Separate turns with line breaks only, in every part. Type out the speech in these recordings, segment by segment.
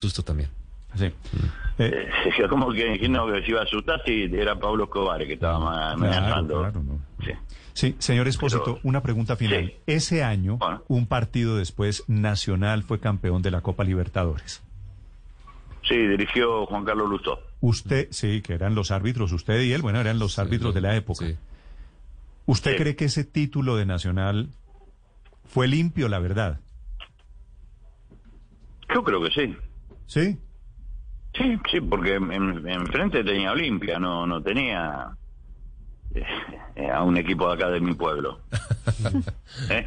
susto también.
Sí. Eh,
Se quedó Este, como que que no, que se iba a asustar si era Pablo Escobar que estaba ma- amenazando.
claro, no.
Sí.
Sí, señor Espósito,
Ah, Pero-
una pregunta final.
Sí.
Ese año,
Bueno.
un partido después, Nacional fue campeón de la Copa Libertadores.
Sí, dirigió Juan Carlos Lustó.
Usted, sí, que eran los árbitros, usted y él, bueno, eran los árbitros de la época.
Sí.
¿Usted
Sí.
cree que ese título de Nacional fue limpio, la verdad?
Yo creo que sí.
Sí.
Sí, sí, porque en- en- enfrente tenía Olimpia, no, no tenía eh, eh, a un equipo de acá de mi pueblo. ¿Eh?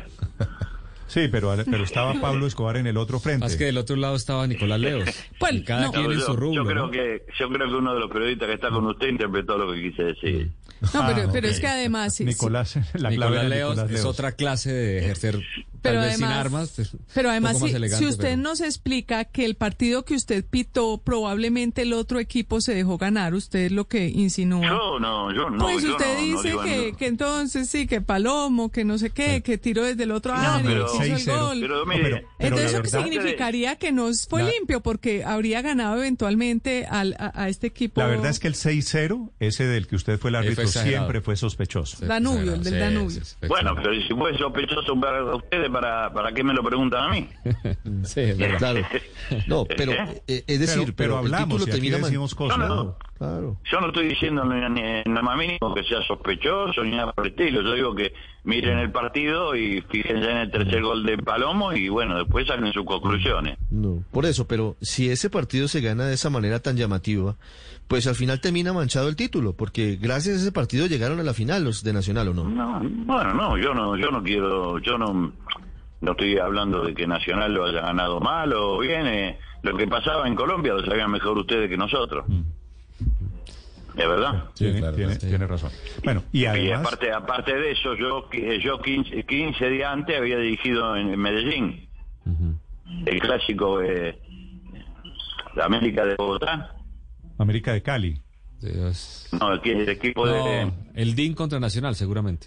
Sí, pero, pero estaba Pablo Escobar en el otro frente.
Más que del otro lado estaba Nicolás Leos.
Pues,
y cada
no.
quien en
yo,
su rubro.
yo creo
¿no?
que, yo creo que uno de los periodistas que está con usted interpretó lo que quise decir.
No,
Ah,
pero,
ok.
pero es que además... sí, sí.
Nicolás, la clave
Nicolás
era
Leos
Nicolás
es
Leos.
otra clase de ejercer, tal
Pero
vez sin
además-
armas. pues,
Pero
un
además,
poco más
si,
elegante,
si usted
pero-
nos explica que el partido que usted pitó, probablemente el otro equipo se dejó ganar, usted es lo que insinúa.
Yo no, yo no.
pues
yo
usted
no- no
dice
digo
que,
ningún-
que entonces sí, que Palomo, que no sé qué, que tiró desde el otro área,
pero-
que hizo el
6-0.
gol.
Pero
No,
mire,
Ah, pero- pero
Entonces,
la
eso
verdad-
significaría que no fue
La-
limpio, porque habría ganado eventualmente al- a, a este equipo.
La verdad es que el 6-0, ese del que usted fue el árbitro,
exagerado.
siempre fue sospechoso.
Sí,
Danubio, el del
sí,
Danubio.
sí, sí,
Bueno,
sí.
pero si fue sospechoso para ustedes, ¿para, ¿para qué me lo preguntan a mí?
Sí, es verdad.
Claro. No, pero
¿Eh?
eh, es decir,
pero,
pero,
pero
el
hablamos y
título
aquí
termina man-
decimos cosas.
No, no,
Claro, claro.
Yo no estoy diciendo ni, ni- nada más mínimo que sea sospechoso ni nada por el estilo. Yo digo que miren el partido y fíjense en el tercer gol de Palomo y bueno, después salen sus conclusiones.
No, por eso, pero si ese partido se gana de esa manera tan llamativa, pues al final termina manchado el título, porque gracias a ese partido llegaron a la final los de Nacional o no.
No, bueno, no, yo no, yo no quiero, yo no, no estoy hablando de que Nacional lo haya ganado mal o bien. eh, lo que pasaba en Colombia lo sabían mejor ustedes que nosotros. ¿De verdad?
Tiene,
Sí, claro,
tiene-
sí.
tiene razón. Bueno, y
Y
además,
aparte, aparte de eso, yo, eh, yo 15, 15 días antes había dirigido en Medellín el clásico eh, de América de Bogotá,
América de Cali.
Dios.
no, el, el equipo de...
No, el DIN contra Nacional, seguramente.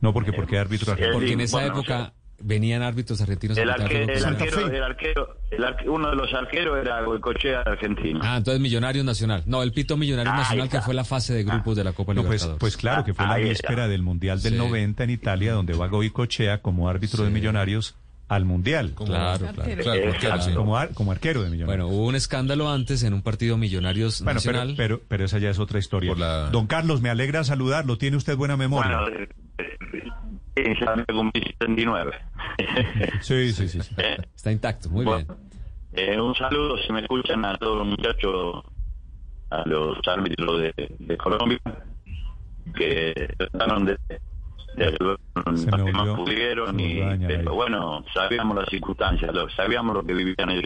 No
Eh,
porque porque árbitro
El
Porque en
DIN,
esa
bueno,
época venían árbitros argentinos a
El,
pitar
arque-
los
el
goles.
arquero, el arquero, el arque- uno de los arqueros era Goicochea argentino.
Ah, entonces Millonarios Nacional. No, el pito Millonarios
Ah, Ahí
Nacional que
está.
fue la fase de grupos de la Copa
No, pues,
Libertadores.
pues claro, que fue la
Ahí
víspera
está.
del Mundial del
Sí.
90 en Italia, donde va Goicochea como árbitro de Millonarios al Mundial. Como,
claro, claro,
Arquero.
claro,
Exacto.
arquero, sí.
ar- como arquero de
Bueno,
Millonarios.
hubo un escándalo antes en un partido Millonarios
Bueno, pero,
Nacional.
pero, pero esa ya es otra historia.
Por la-
Don Carlos, me alegra saludarlo. Tiene usted buena memoria.
Bueno, eh, eh, eh, ya me cumplí 79.
sí, sí, sí, sí.
Está intacto, muy
Bueno,
bien.
eh, un saludo, si me escuchan, a todos los muchachos, a los árbitros de, de Colombia, que trataron de, de ayudar
Se me
lo que más
volvió-
pudieron,
se me
y,
volvió a dañar
pero
ahí.
bueno, sabíamos las circunstancias, lo- sabíamos lo que vivían ellos.